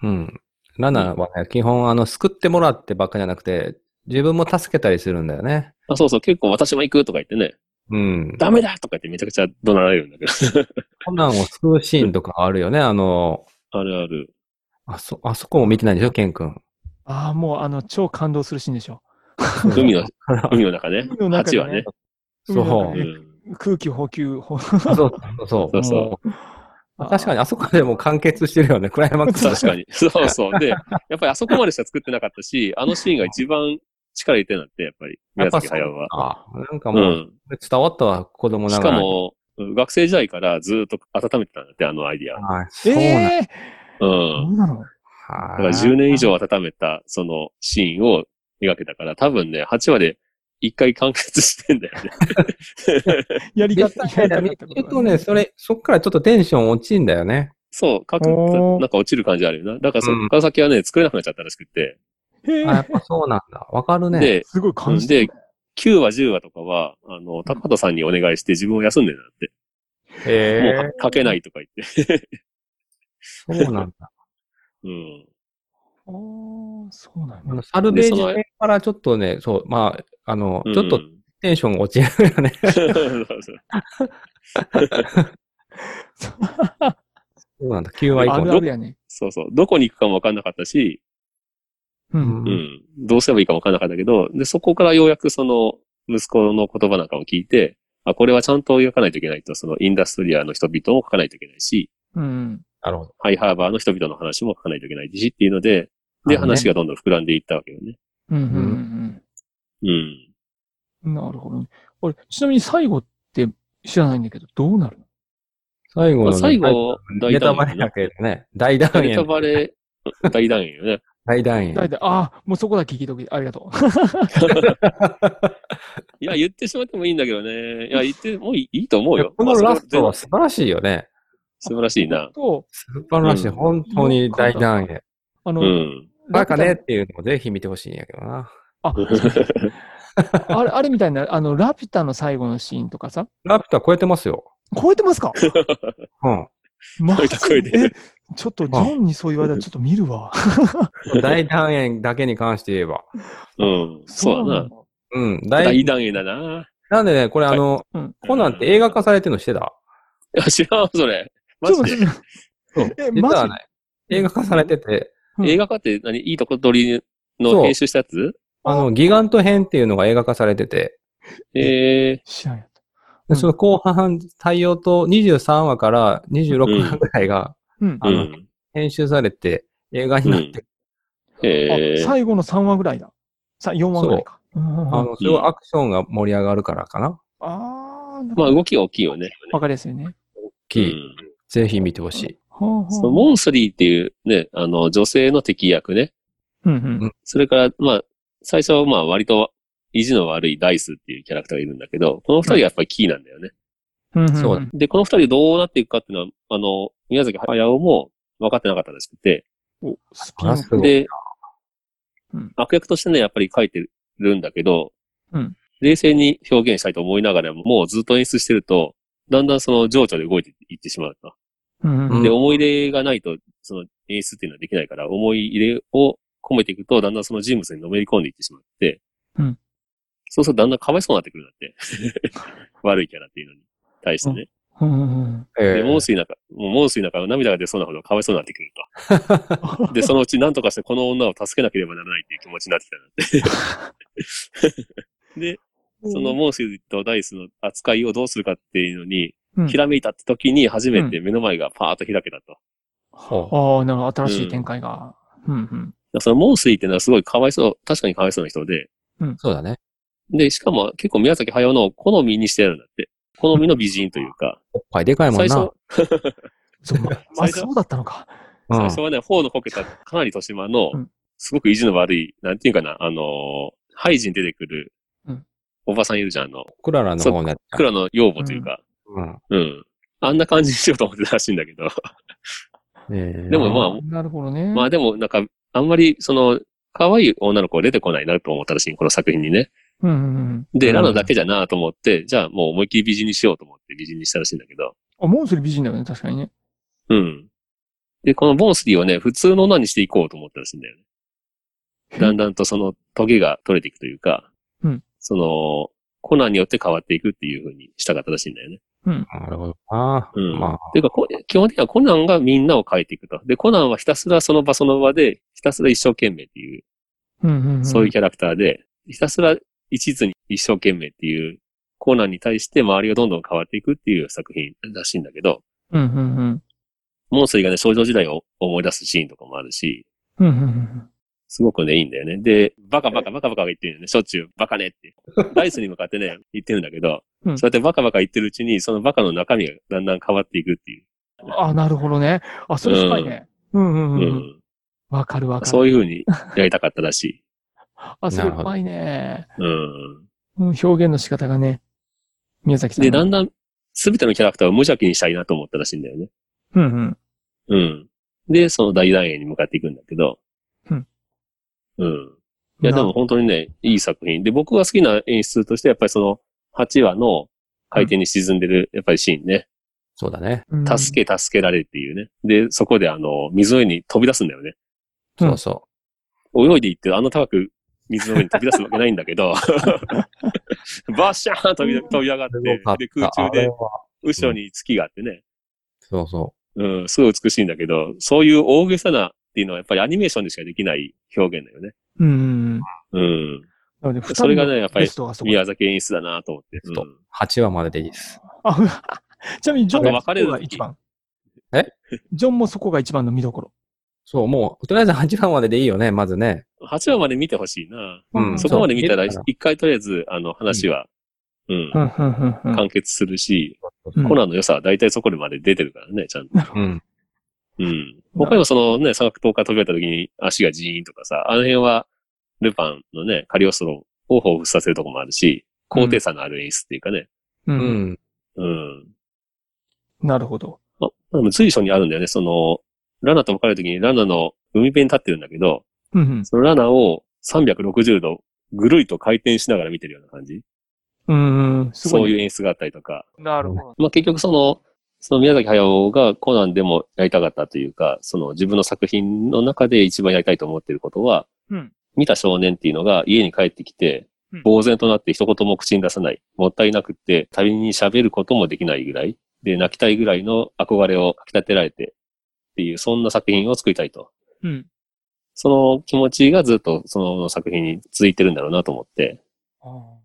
[SPEAKER 4] うん。ランナーはね、基本、あの、救ってもらってばっかじゃなくて、自分も助けたりするんだよね。
[SPEAKER 3] あそうそう、結構私も行くとか言ってね、
[SPEAKER 4] うん。
[SPEAKER 3] ダメだとか言ってめちゃくちゃ怒鳴られるんだけど。
[SPEAKER 4] コナンを救うシーンとかあるよね、あの、
[SPEAKER 3] あるある。
[SPEAKER 4] あそ、あそこも見てないでしょ、ケン君。
[SPEAKER 2] ああ、もう、あの、超感動するシーンでしょ。
[SPEAKER 3] 海の、海の中ね。
[SPEAKER 2] 海の中で
[SPEAKER 3] 8
[SPEAKER 2] ね
[SPEAKER 3] はね。
[SPEAKER 4] そう
[SPEAKER 2] 海の中
[SPEAKER 3] う
[SPEAKER 2] で
[SPEAKER 3] ん。
[SPEAKER 2] 空気補給。ほ
[SPEAKER 4] そうそうそう。
[SPEAKER 3] そうそう
[SPEAKER 4] も確かに、あそこでもう完結してるよね、クライマックス。
[SPEAKER 3] 確かに。そうそう。で、やっぱりあそこまでしか作ってなかったし、あのシーンが一番力入れてるんだって、やっぱり。
[SPEAKER 4] やっ
[SPEAKER 3] 宮
[SPEAKER 4] ぱ
[SPEAKER 3] 崎
[SPEAKER 4] そう
[SPEAKER 3] 駿は。
[SPEAKER 4] あなんか
[SPEAKER 3] う
[SPEAKER 4] もう、
[SPEAKER 3] ん。
[SPEAKER 4] 伝わったわ、子供な
[SPEAKER 3] し
[SPEAKER 4] が
[SPEAKER 3] から
[SPEAKER 4] に。
[SPEAKER 3] も、学生時代からずっと温めてたんだって、あのアイディア。
[SPEAKER 4] はい、そうなんだ。
[SPEAKER 2] ええ
[SPEAKER 3] う
[SPEAKER 2] ー、
[SPEAKER 3] ん。
[SPEAKER 2] どうなの
[SPEAKER 3] だから10年以上温めた、そのシーンを描けたから、多分ね、8話で一回完結してんだよね。
[SPEAKER 2] やり
[SPEAKER 4] いや
[SPEAKER 2] 方
[SPEAKER 4] いやいや見てるとね、それ、そっからちょっとテンション落ちんだよね。
[SPEAKER 3] そう、書く
[SPEAKER 2] お
[SPEAKER 3] と、
[SPEAKER 2] ー
[SPEAKER 3] なんか落ちる感じあるよな。だからそっから先はね、作れなくなっちゃったらしくて。
[SPEAKER 2] へ
[SPEAKER 4] あや
[SPEAKER 2] え
[SPEAKER 4] っぱそうなんだ。わかるね。
[SPEAKER 3] で、
[SPEAKER 2] すごい感じ
[SPEAKER 3] で、9話、10話とかは、あの、高田さんにお願いして自分を休んでるんだって。
[SPEAKER 4] へ
[SPEAKER 3] もう書けないとか言って。
[SPEAKER 4] そうなんだ。
[SPEAKER 3] うん。
[SPEAKER 2] あーそうなん
[SPEAKER 4] あの
[SPEAKER 2] だ。
[SPEAKER 4] サルベージ
[SPEAKER 3] でその
[SPEAKER 4] 戦からちょっとね、そう、まあ、あの、ちょっと
[SPEAKER 3] うん
[SPEAKER 4] テンション落ちるよね。
[SPEAKER 3] そうそう
[SPEAKER 4] そうなんだ、9割以
[SPEAKER 2] あ
[SPEAKER 4] 降
[SPEAKER 2] るあるやね。
[SPEAKER 3] そうそう。どこに行くかもわかんなかったし、
[SPEAKER 2] う
[SPEAKER 4] うん
[SPEAKER 2] ん。
[SPEAKER 3] う。ん。どうすればいいかもわかんなかったけど、で、そこからようやくその、息子の言葉なんかを聞いて、あ、これはちゃんと描かないといけないと、そのインダストリアの人々を描かないといけないし、
[SPEAKER 2] うん。
[SPEAKER 4] なるほど。
[SPEAKER 3] ハイハーバーの人々の話も書かないといけないしっていうので、で、
[SPEAKER 4] あのね
[SPEAKER 3] 話がどんどん膨らんでいったわけよね。
[SPEAKER 2] うん。うん。
[SPEAKER 3] うん。
[SPEAKER 2] うん。なるほどね。あれ、ちなみに最後って知らないんだけど、どうなる
[SPEAKER 4] 最後
[SPEAKER 3] まあ、
[SPEAKER 4] のね、
[SPEAKER 3] 最後、
[SPEAKER 4] ネ
[SPEAKER 3] 大
[SPEAKER 4] タ
[SPEAKER 3] 団
[SPEAKER 4] バ
[SPEAKER 3] 円
[SPEAKER 4] レ
[SPEAKER 3] よ
[SPEAKER 4] だ
[SPEAKER 3] ね。
[SPEAKER 4] けどね。大団
[SPEAKER 3] ネタ
[SPEAKER 4] 円。
[SPEAKER 3] バレ、 大団円よね。
[SPEAKER 4] 大団円。
[SPEAKER 2] 大体、ああ、もうそこだけ聞いとき、ありがとう。
[SPEAKER 3] いや、言ってしまってもいいんだけどね。いや、言ってもいいいいと思う
[SPEAKER 4] いや
[SPEAKER 3] よ。
[SPEAKER 4] こ
[SPEAKER 3] まあ
[SPEAKER 4] の
[SPEAKER 3] それは
[SPEAKER 4] ラストは素晴らしいよね。
[SPEAKER 3] 素晴らしいな。
[SPEAKER 2] と、
[SPEAKER 4] 素晴らしい。
[SPEAKER 3] うん
[SPEAKER 4] 本当に大団円。
[SPEAKER 2] あ
[SPEAKER 3] う
[SPEAKER 2] の、
[SPEAKER 3] ん。
[SPEAKER 4] バカね
[SPEAKER 2] ラ
[SPEAKER 4] っ
[SPEAKER 2] ピュ
[SPEAKER 4] ていうのもぜひ見てほしいんやけどな。
[SPEAKER 2] タあれ、あれみたいな、あの、ラピュタの最後のシーンとかさ、
[SPEAKER 4] ラピュタ超えてますよ。
[SPEAKER 2] 超え てますか
[SPEAKER 4] うん。
[SPEAKER 2] マジ
[SPEAKER 3] 超えた超えて
[SPEAKER 2] えちょっと、ジョンにそう言われたらちょっと見るわ。
[SPEAKER 4] 大団円だけに関して言えば。
[SPEAKER 3] うん。そうだ
[SPEAKER 2] ん
[SPEAKER 3] な。
[SPEAKER 2] だ。
[SPEAKER 4] うん。
[SPEAKER 3] 大
[SPEAKER 4] 大、
[SPEAKER 3] 団円だな。
[SPEAKER 4] なんでね、これあの、
[SPEAKER 2] うん
[SPEAKER 4] コナンって映画化されてるのしてた
[SPEAKER 3] いや、知らん、それ。マ
[SPEAKER 2] ちょっ
[SPEAKER 3] ジ
[SPEAKER 2] と
[SPEAKER 3] で
[SPEAKER 2] 待って、
[SPEAKER 4] そう
[SPEAKER 2] え
[SPEAKER 4] 実は
[SPEAKER 2] マ
[SPEAKER 4] ね、映画化されてて、
[SPEAKER 2] うん
[SPEAKER 3] 映画化って何いいとこ取り
[SPEAKER 4] そ
[SPEAKER 3] の
[SPEAKER 4] う
[SPEAKER 3] 編集したやつ
[SPEAKER 4] あの、ギガント編っていうのが映画化されてて、
[SPEAKER 3] ええ
[SPEAKER 2] 知らんやった。う
[SPEAKER 4] で
[SPEAKER 2] ん
[SPEAKER 4] その後半、対応と23話から26話ぐらいが
[SPEAKER 2] うん。
[SPEAKER 4] あ
[SPEAKER 3] う
[SPEAKER 4] の
[SPEAKER 3] ん。
[SPEAKER 4] 編集されて映画になって、
[SPEAKER 3] ええ
[SPEAKER 2] あ最後の3話ぐらいだ。さ4話ぐらいか。うんうんうん
[SPEAKER 4] あの、それはアクションが盛り上がるからかな。
[SPEAKER 2] あー、
[SPEAKER 3] まあ
[SPEAKER 2] わ
[SPEAKER 3] 動きが大きいよね。
[SPEAKER 2] かりやすいね。
[SPEAKER 4] き、
[SPEAKER 3] うん
[SPEAKER 4] ぜひ見てほしい。
[SPEAKER 2] はあはあ
[SPEAKER 3] そのモンスリーっていうね、あの、女性の敵役ね。
[SPEAKER 2] うんうん。
[SPEAKER 3] それから、まあ、最初はまあ割と意地の悪いダイスっていうキャラクターがいるんだけど、この二人がやっぱりキーなんだよね。
[SPEAKER 2] うんんん
[SPEAKER 4] そうだ。
[SPEAKER 3] で、この二人どうなっていくかっていうのは、あの、宮崎駿も分かってなかったらしくて、
[SPEAKER 2] お、スピンオ
[SPEAKER 4] あ、
[SPEAKER 2] フ
[SPEAKER 4] すごい。
[SPEAKER 3] で
[SPEAKER 2] うん、
[SPEAKER 3] 悪役としてね、やっぱり書いてるんだけど、
[SPEAKER 2] うん
[SPEAKER 3] 冷静に表現したいと思いながらも、もうずっと演出してると、だんだんその情緒で動いていってしまうと。
[SPEAKER 2] うんうん
[SPEAKER 4] うん
[SPEAKER 3] で、思い入れがないと、その演出っていうのはできないから、思い入れを込めていくと、だんだんその人物にのめり込んでいってしまって、
[SPEAKER 2] うん
[SPEAKER 3] そうするとだんだんかわいそうになってくるんだって。 悪いキャラっていうのに対してね。
[SPEAKER 2] うんうんうん
[SPEAKER 4] え
[SPEAKER 3] で、
[SPEAKER 4] ー
[SPEAKER 3] モンスリーなんか、もうモンスリーなんか涙が出そうなほどかわいそうになってくると。で、そのうち何とかしてこの女を助けなければならないっていう気持ちになってきたんだって。 そのモンスリーとダイスの扱いをどうするかっていうのに、
[SPEAKER 2] うん
[SPEAKER 3] ひらめいたって時に初めて目の前がパーッと開けたと。
[SPEAKER 4] ほう
[SPEAKER 2] ああ、なんか新しい展開が。うん
[SPEAKER 3] だからそのモンスリーっていうのはすごいかわいそう、確かにかわいそうな人で、
[SPEAKER 4] そうだね。
[SPEAKER 3] で、しかも結構宮崎駿の好みにしてやるんだって。好みの美人というか、
[SPEAKER 4] おっぱいでかいも
[SPEAKER 3] 最
[SPEAKER 4] んな。
[SPEAKER 3] 初、
[SPEAKER 2] そう ままあ、
[SPEAKER 3] 最初
[SPEAKER 2] そうだったのか。
[SPEAKER 4] うん
[SPEAKER 3] 最初はね、頬のこけたかなり年島の
[SPEAKER 2] うん、
[SPEAKER 3] すごく意地の悪い、なんていうかな、あのーハイジに出てくる
[SPEAKER 2] うん、
[SPEAKER 3] おばさんいるじゃん、あの、
[SPEAKER 4] クララの方のやつか。
[SPEAKER 3] クラの養母というか、
[SPEAKER 4] うん
[SPEAKER 3] うん。あんな感じにしようと思ってたらしいんだけど。で
[SPEAKER 4] で
[SPEAKER 3] もまあ
[SPEAKER 2] なるほどね。
[SPEAKER 3] まあでも、なんか、あんまり、その、可愛い女の子出てこないなと思ったらしい、この作品にね。
[SPEAKER 2] うんうんうん。
[SPEAKER 3] で、
[SPEAKER 4] うん
[SPEAKER 3] ラナだけじゃなと思って、じゃあもう思いっきり美人にしようと思って美人にしたらしいんだけど。
[SPEAKER 2] あ、モンスリー美人だよね、確かにね。
[SPEAKER 3] うん。で、このボンスリーをね、普通の女にしていこうと思ったらしいんだよね。だんだんとそのトゲが取れていくというか、
[SPEAKER 2] うん
[SPEAKER 3] その、コナンによって変わっていくっていう風にしたかったらしいんだよね。
[SPEAKER 4] なるほどな。
[SPEAKER 3] うん。
[SPEAKER 4] ま
[SPEAKER 3] というか、こ基本的にはコナンがみんなを変えていくと。で、コナンはひたすらその場その場で、ひたすら一生懸命っていう、
[SPEAKER 2] うんうんん。
[SPEAKER 3] そういうキャラクターで、ひたすら一途に一生懸命っていう、コナンに対して周りがどんどん変わっていくっていう作品らしいんだけど、
[SPEAKER 2] うんうんうん。
[SPEAKER 3] モンスリーがね、少女時代を思い出すシーンとかもあるし、
[SPEAKER 2] うんうんうん
[SPEAKER 3] すごくね、いいんだよね。で、バカバカバカバカ言ってるよね。しょっちゅうバカねっ て。ダイスに向かってね、言ってるんだけど、
[SPEAKER 2] うん
[SPEAKER 3] そうやってバカバカ言ってるうちに、そのバカの中身がだんだん変わっていくっていう。
[SPEAKER 2] うん。あ、なるほどね。あ、それ深いね。うんうん
[SPEAKER 3] う。
[SPEAKER 2] うんん。わかるわかる。
[SPEAKER 3] そういう風にやりたかったらしい。
[SPEAKER 2] あ、それ深いね。
[SPEAKER 3] うん。
[SPEAKER 2] うん、表現の仕方がね。宮崎さん
[SPEAKER 3] で、
[SPEAKER 2] の。
[SPEAKER 3] だんだん、すべてのキャラクターを無邪気にしたいなと思ったらしいんだよね。
[SPEAKER 2] うん
[SPEAKER 3] う
[SPEAKER 2] うん。
[SPEAKER 3] ん。で、その大団円に向かっていくんだけど。
[SPEAKER 2] うん。
[SPEAKER 3] うん。いや、でも本当にね、いい作品。で、僕が好きな演出として、やっぱりその、8話の回転に沈んでる、やっぱりシーンね。
[SPEAKER 4] そうだね。
[SPEAKER 2] な
[SPEAKER 3] 助け、助けられっていうね。で、そこであの、水の上に飛び出すんだよね。
[SPEAKER 2] うん
[SPEAKER 4] そうそ
[SPEAKER 3] 泳いでいって、あの高く水の上に飛び出すわけないんだけ ど、バッシャーン飛び飛び上がっ
[SPEAKER 4] う。よかった
[SPEAKER 3] て、で、空中
[SPEAKER 4] あれ
[SPEAKER 3] で
[SPEAKER 4] は
[SPEAKER 3] 後ろに月があってね、
[SPEAKER 4] そうそ
[SPEAKER 3] うん、すごい美しいんだけど、そういう大げさなっていうのはやっぱりアニメーションでしかできない表現だよね。
[SPEAKER 2] うんうん
[SPEAKER 3] うん。
[SPEAKER 2] うん。なので
[SPEAKER 3] それがねやっぱり
[SPEAKER 2] ベストがそこ
[SPEAKER 3] 宮崎演出だなと思って。うん
[SPEAKER 4] う。8話まででいいです。
[SPEAKER 2] あ、 ちなみにジョン
[SPEAKER 3] あと
[SPEAKER 2] もそ
[SPEAKER 3] 別れる
[SPEAKER 2] こ
[SPEAKER 3] 時
[SPEAKER 2] が一番。
[SPEAKER 4] え
[SPEAKER 2] ジョンもそこが一番の見どころ。
[SPEAKER 4] そう、もう、とりあえず8話まででいいよね、まずね。
[SPEAKER 3] 8話まで見てほしいな。
[SPEAKER 4] うん
[SPEAKER 3] そこまで見たら
[SPEAKER 4] そう、
[SPEAKER 3] 一回とりあえず、あの、話はうん
[SPEAKER 2] う。んうんうんうん
[SPEAKER 3] 完結するし、
[SPEAKER 2] うん
[SPEAKER 3] コナンの良さは大体そこまで出てるからね、ちゃんと。
[SPEAKER 4] うん。
[SPEAKER 3] うん。他にもそのね、三角10日飛び越えた時に足がジーンとかさ、あの辺は、ルパンのね、カリオストロを彷彿させるとこもあるし、高低差のある演出っていうかね。
[SPEAKER 2] う。
[SPEAKER 4] うんん。
[SPEAKER 3] うん。
[SPEAKER 2] なるほど。
[SPEAKER 3] まあ、でも随所にあるんだよね、その、ラナと別れる時にラナの海辺に立ってるんだけど、
[SPEAKER 2] うんうん
[SPEAKER 3] そのラナを360度ぐるりと回転しながら見てるような感じ。
[SPEAKER 2] うんうん。すごい。
[SPEAKER 3] そういう演出があったりとか。
[SPEAKER 2] なるほど。
[SPEAKER 3] まあ、結局その、その宮崎駿がコナンでもやりたかったというか、その自分の作品の中で一番やりたいと思っていることは、
[SPEAKER 2] うん
[SPEAKER 3] 見た少年っていうのが家に帰ってきて
[SPEAKER 2] うん、
[SPEAKER 3] 呆然となって一言も口に出さない。もったいなくって、旅に喋ることもできないぐらい。で、泣きたいぐらいの憧れをかき立てられて、っていう、そんな作品を作りたいと。
[SPEAKER 2] うん。
[SPEAKER 3] その気持ちがずっとその作品に続いてるんだろうなと思って。
[SPEAKER 2] ああ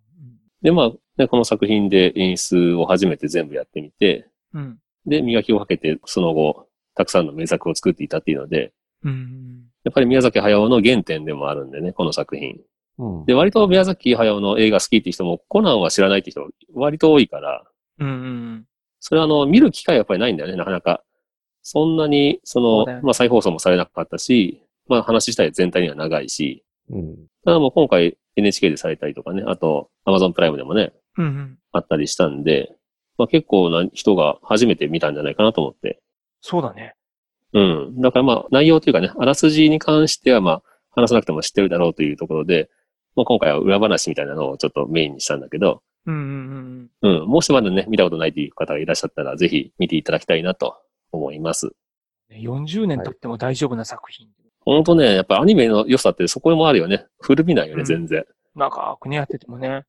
[SPEAKER 3] で、まあ、ね、この作品で演出を初めて全部やってみて、
[SPEAKER 2] うん。
[SPEAKER 3] で、磨きをかけて、その後、たくさんの名作を作っていたっていうので、
[SPEAKER 2] うん。
[SPEAKER 3] やっぱり宮崎駿の原点でもあるんでね、この作品。
[SPEAKER 4] うん
[SPEAKER 3] で、割と宮崎駿の映画好きって人も、コナンは知らないって人、割と多いから、
[SPEAKER 2] うんうん。
[SPEAKER 3] それはあの、見る機会はやっぱりないんだよね、なかなか。そんなに、そ
[SPEAKER 2] そ
[SPEAKER 3] の、
[SPEAKER 2] うだよね
[SPEAKER 3] まあ再放送もされなかったし、まあ話したい全体には長いし、
[SPEAKER 4] うん。
[SPEAKER 3] ただもう今回 NHK でされたりとかね、あと Amazon プライムでもね、
[SPEAKER 2] うんうん。
[SPEAKER 3] あったりしたんで、まあ結構な人が初めて見たんじゃないかなと思って。
[SPEAKER 2] そうだね。
[SPEAKER 3] うん。だからまあ内容というかね、あらすじに関してはまあ話さなくても知ってるだろうというところで、まあ今回は裏話みたいなのをちょっとメインにしたんだけど、
[SPEAKER 2] うんうん
[SPEAKER 3] うん。もしまだね、見たことないという方がいらっしゃったら、ぜひ見ていただきたいなと思います。
[SPEAKER 2] うん。40年経っても大丈夫な作品。
[SPEAKER 3] ほんとね、やっぱアニメの良さってそこもあるよね。古びないよ
[SPEAKER 2] う
[SPEAKER 3] ね、
[SPEAKER 2] ん
[SPEAKER 3] 全然。
[SPEAKER 2] 長くね、やっててもね。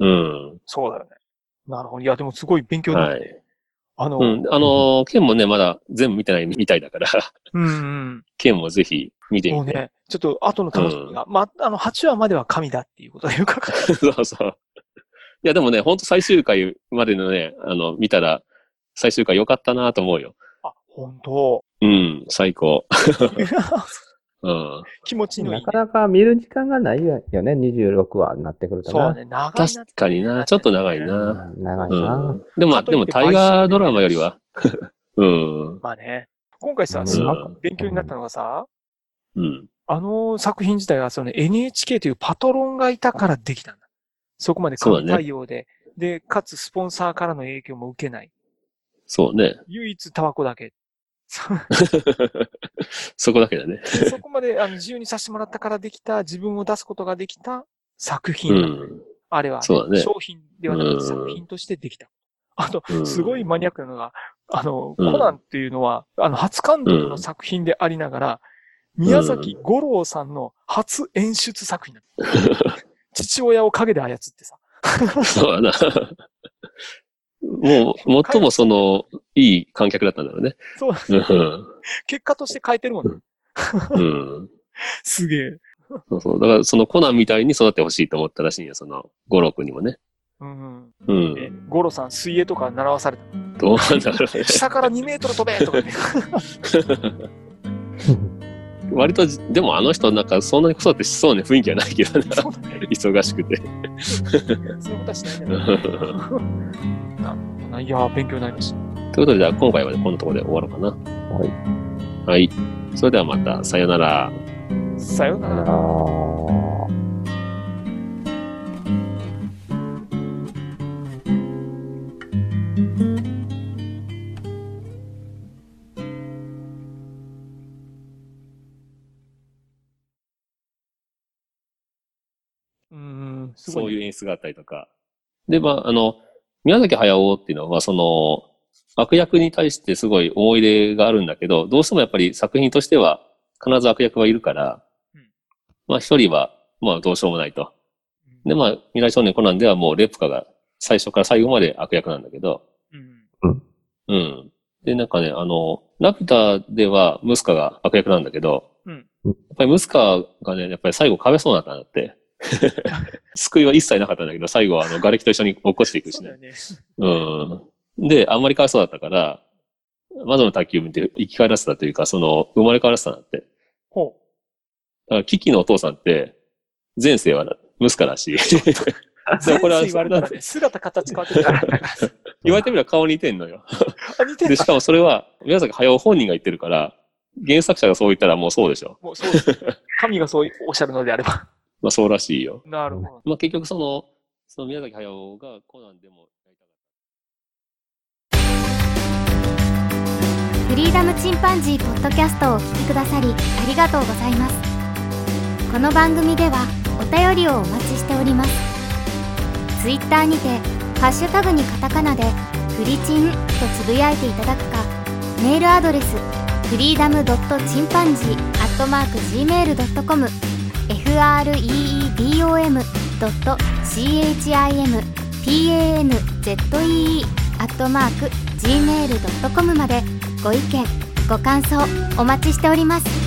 [SPEAKER 3] うん。
[SPEAKER 2] そうだよね。なるほど。いや、でもすごい勉強になる
[SPEAKER 3] は
[SPEAKER 2] ね
[SPEAKER 3] い。
[SPEAKER 2] あの、う
[SPEAKER 3] うんん。あのー、剣もね、まだ全部見てないみたいだから、
[SPEAKER 2] うん。
[SPEAKER 3] 剣もぜひ見て
[SPEAKER 2] も
[SPEAKER 3] み
[SPEAKER 2] う
[SPEAKER 3] て。
[SPEAKER 2] ね、ちょっと後の楽しみが、ま、あの、8話までは神だっていうことがよ くわかる。
[SPEAKER 3] そうそう。いや、でもね、ほんと最終回までのね、あの、見たら、最終回良かったなと思うよ。
[SPEAKER 2] あ、本当
[SPEAKER 3] うん、最高。うん。
[SPEAKER 2] 気持ちのい
[SPEAKER 4] ないか。なか見る時間がないよね、26話になってくると
[SPEAKER 2] そうだね、長いな
[SPEAKER 3] 確かにな、ちょっと長い
[SPEAKER 4] うん
[SPEAKER 3] な。
[SPEAKER 4] 長いう な。
[SPEAKER 3] ん。でもまあ、
[SPEAKER 2] かと
[SPEAKER 3] で
[SPEAKER 2] いっ
[SPEAKER 3] も
[SPEAKER 2] て
[SPEAKER 3] 大河ドラマよりは。 うん。
[SPEAKER 2] まあね。今回さ、
[SPEAKER 4] うん
[SPEAKER 2] すご
[SPEAKER 3] う
[SPEAKER 2] く勉強になったのがさ、
[SPEAKER 3] うん。
[SPEAKER 2] あの作品自体はその NHK というパトロンがいたからできたんだ。そこまで
[SPEAKER 3] そうだ
[SPEAKER 2] 神
[SPEAKER 3] ね
[SPEAKER 2] 対応で、で、かつスポンサーからの影響も受けない。
[SPEAKER 3] そうね。
[SPEAKER 2] 唯一タバコだけ。そ
[SPEAKER 3] そこだけだね。
[SPEAKER 2] そこまであの自由にさせてもらったからできた、自分を出すことができた作
[SPEAKER 3] う
[SPEAKER 2] 品なんだ。
[SPEAKER 3] ん。
[SPEAKER 2] あれは、
[SPEAKER 3] そうだね
[SPEAKER 2] 商品ではな
[SPEAKER 3] うん
[SPEAKER 2] く作品としてできた。あと、
[SPEAKER 3] うん
[SPEAKER 2] すごいマニアックなのが、あの、
[SPEAKER 3] うん
[SPEAKER 2] コナンっていうのは、あの、初監督の作品でありながら、宮崎五郎さんの初演出作品なの。 父親を影で操ってさ。
[SPEAKER 3] そうだな。もう、最もその、いい観客だったんだろうね。
[SPEAKER 2] そ
[SPEAKER 3] う
[SPEAKER 2] う、
[SPEAKER 3] ん。
[SPEAKER 2] 結果として変えてるもん、ね、
[SPEAKER 3] うん。
[SPEAKER 2] すげえ。
[SPEAKER 3] そうそう。だから、そのコナンみたいに育ってほしいと思ったらしいんよ、その、五郎君にもね。
[SPEAKER 2] うん。
[SPEAKER 3] う
[SPEAKER 2] え
[SPEAKER 3] ん。、
[SPEAKER 2] 五郎さん水泳とか習わされた。
[SPEAKER 3] どうなんだろうね。
[SPEAKER 2] 下から2メートル飛べと かね。
[SPEAKER 3] 割と、でもあの人、なんか、そんなに子育てしそうな雰囲気はないけどな。
[SPEAKER 2] そうだね。
[SPEAKER 3] 忙しくて。
[SPEAKER 2] そういうことはしないん
[SPEAKER 3] う
[SPEAKER 2] だよね
[SPEAKER 3] ん
[SPEAKER 2] いやー、勉強になりました。
[SPEAKER 3] ということで、じゃあ、今回はこのところで終わろうかな。はい。はい。それではまた、さよなら。
[SPEAKER 2] さようなら。
[SPEAKER 4] ああ。
[SPEAKER 2] うん、す
[SPEAKER 3] そ
[SPEAKER 2] ご
[SPEAKER 3] う
[SPEAKER 2] い
[SPEAKER 3] いう
[SPEAKER 2] ね。
[SPEAKER 3] 演出があったりとか。で、まあ、あの、宮崎駿っていうのは、その、悪役に対してすごい思い入れがあるんだけど、どうしてもやっぱり作品としては、必ず悪役はいるから
[SPEAKER 2] うん、
[SPEAKER 3] まあ一人は、まあどうしようもないと。で、まあ、未来少年コナンではもうレプカが最初から最後まで悪役なんだけど、
[SPEAKER 2] うん
[SPEAKER 3] うん。で、なんかね、あの、ラピュタではムスカが悪役なんだけど、
[SPEAKER 2] うん
[SPEAKER 3] やっぱりムスカがね、やっぱり最後壁そうになったんだ って。救いは一切なかったんだけど、最後はあの、瓦礫と一緒に落っこちていくし
[SPEAKER 2] そうだ
[SPEAKER 3] ね
[SPEAKER 2] よ。ね。
[SPEAKER 3] うん。で、あんまりかわいそうだったから、窓の宅急便って生き返らせたというか、その、生まれ変わらせたんだって。だ
[SPEAKER 2] ほ
[SPEAKER 3] から、キキのお父さんって、前世はムスカだし、でも
[SPEAKER 5] 全
[SPEAKER 3] これは
[SPEAKER 5] 部言われたらね、姿形変わってるから。
[SPEAKER 3] 言われてみれば顔似てんのよ。
[SPEAKER 5] あ似て
[SPEAKER 3] で、
[SPEAKER 5] る
[SPEAKER 3] しかもそれは、宮崎駿本人が言ってるから、原作者がそう言ったらもうそうでしょ。
[SPEAKER 5] もうそうですね。神がそうおっしゃるのであれば。
[SPEAKER 3] まあそうらしいよ。
[SPEAKER 5] なるほど。
[SPEAKER 3] まあ結局その、その宮崎駿がコナンでもやりたかっ
[SPEAKER 6] フリーダムチンパンジーポッドキャストをお聞きくださりありがとうございますこの番組ではお便りをお待ちしておりますツイッターにてハッシュタグにカタカナでフリチンとつぶやいていただくかメールアドレスフリーダムドットチンパンジーアットマーク gmail.com freedom ドット chimpanzee アットマーク gmail.com までご意見ご感想お待ちしております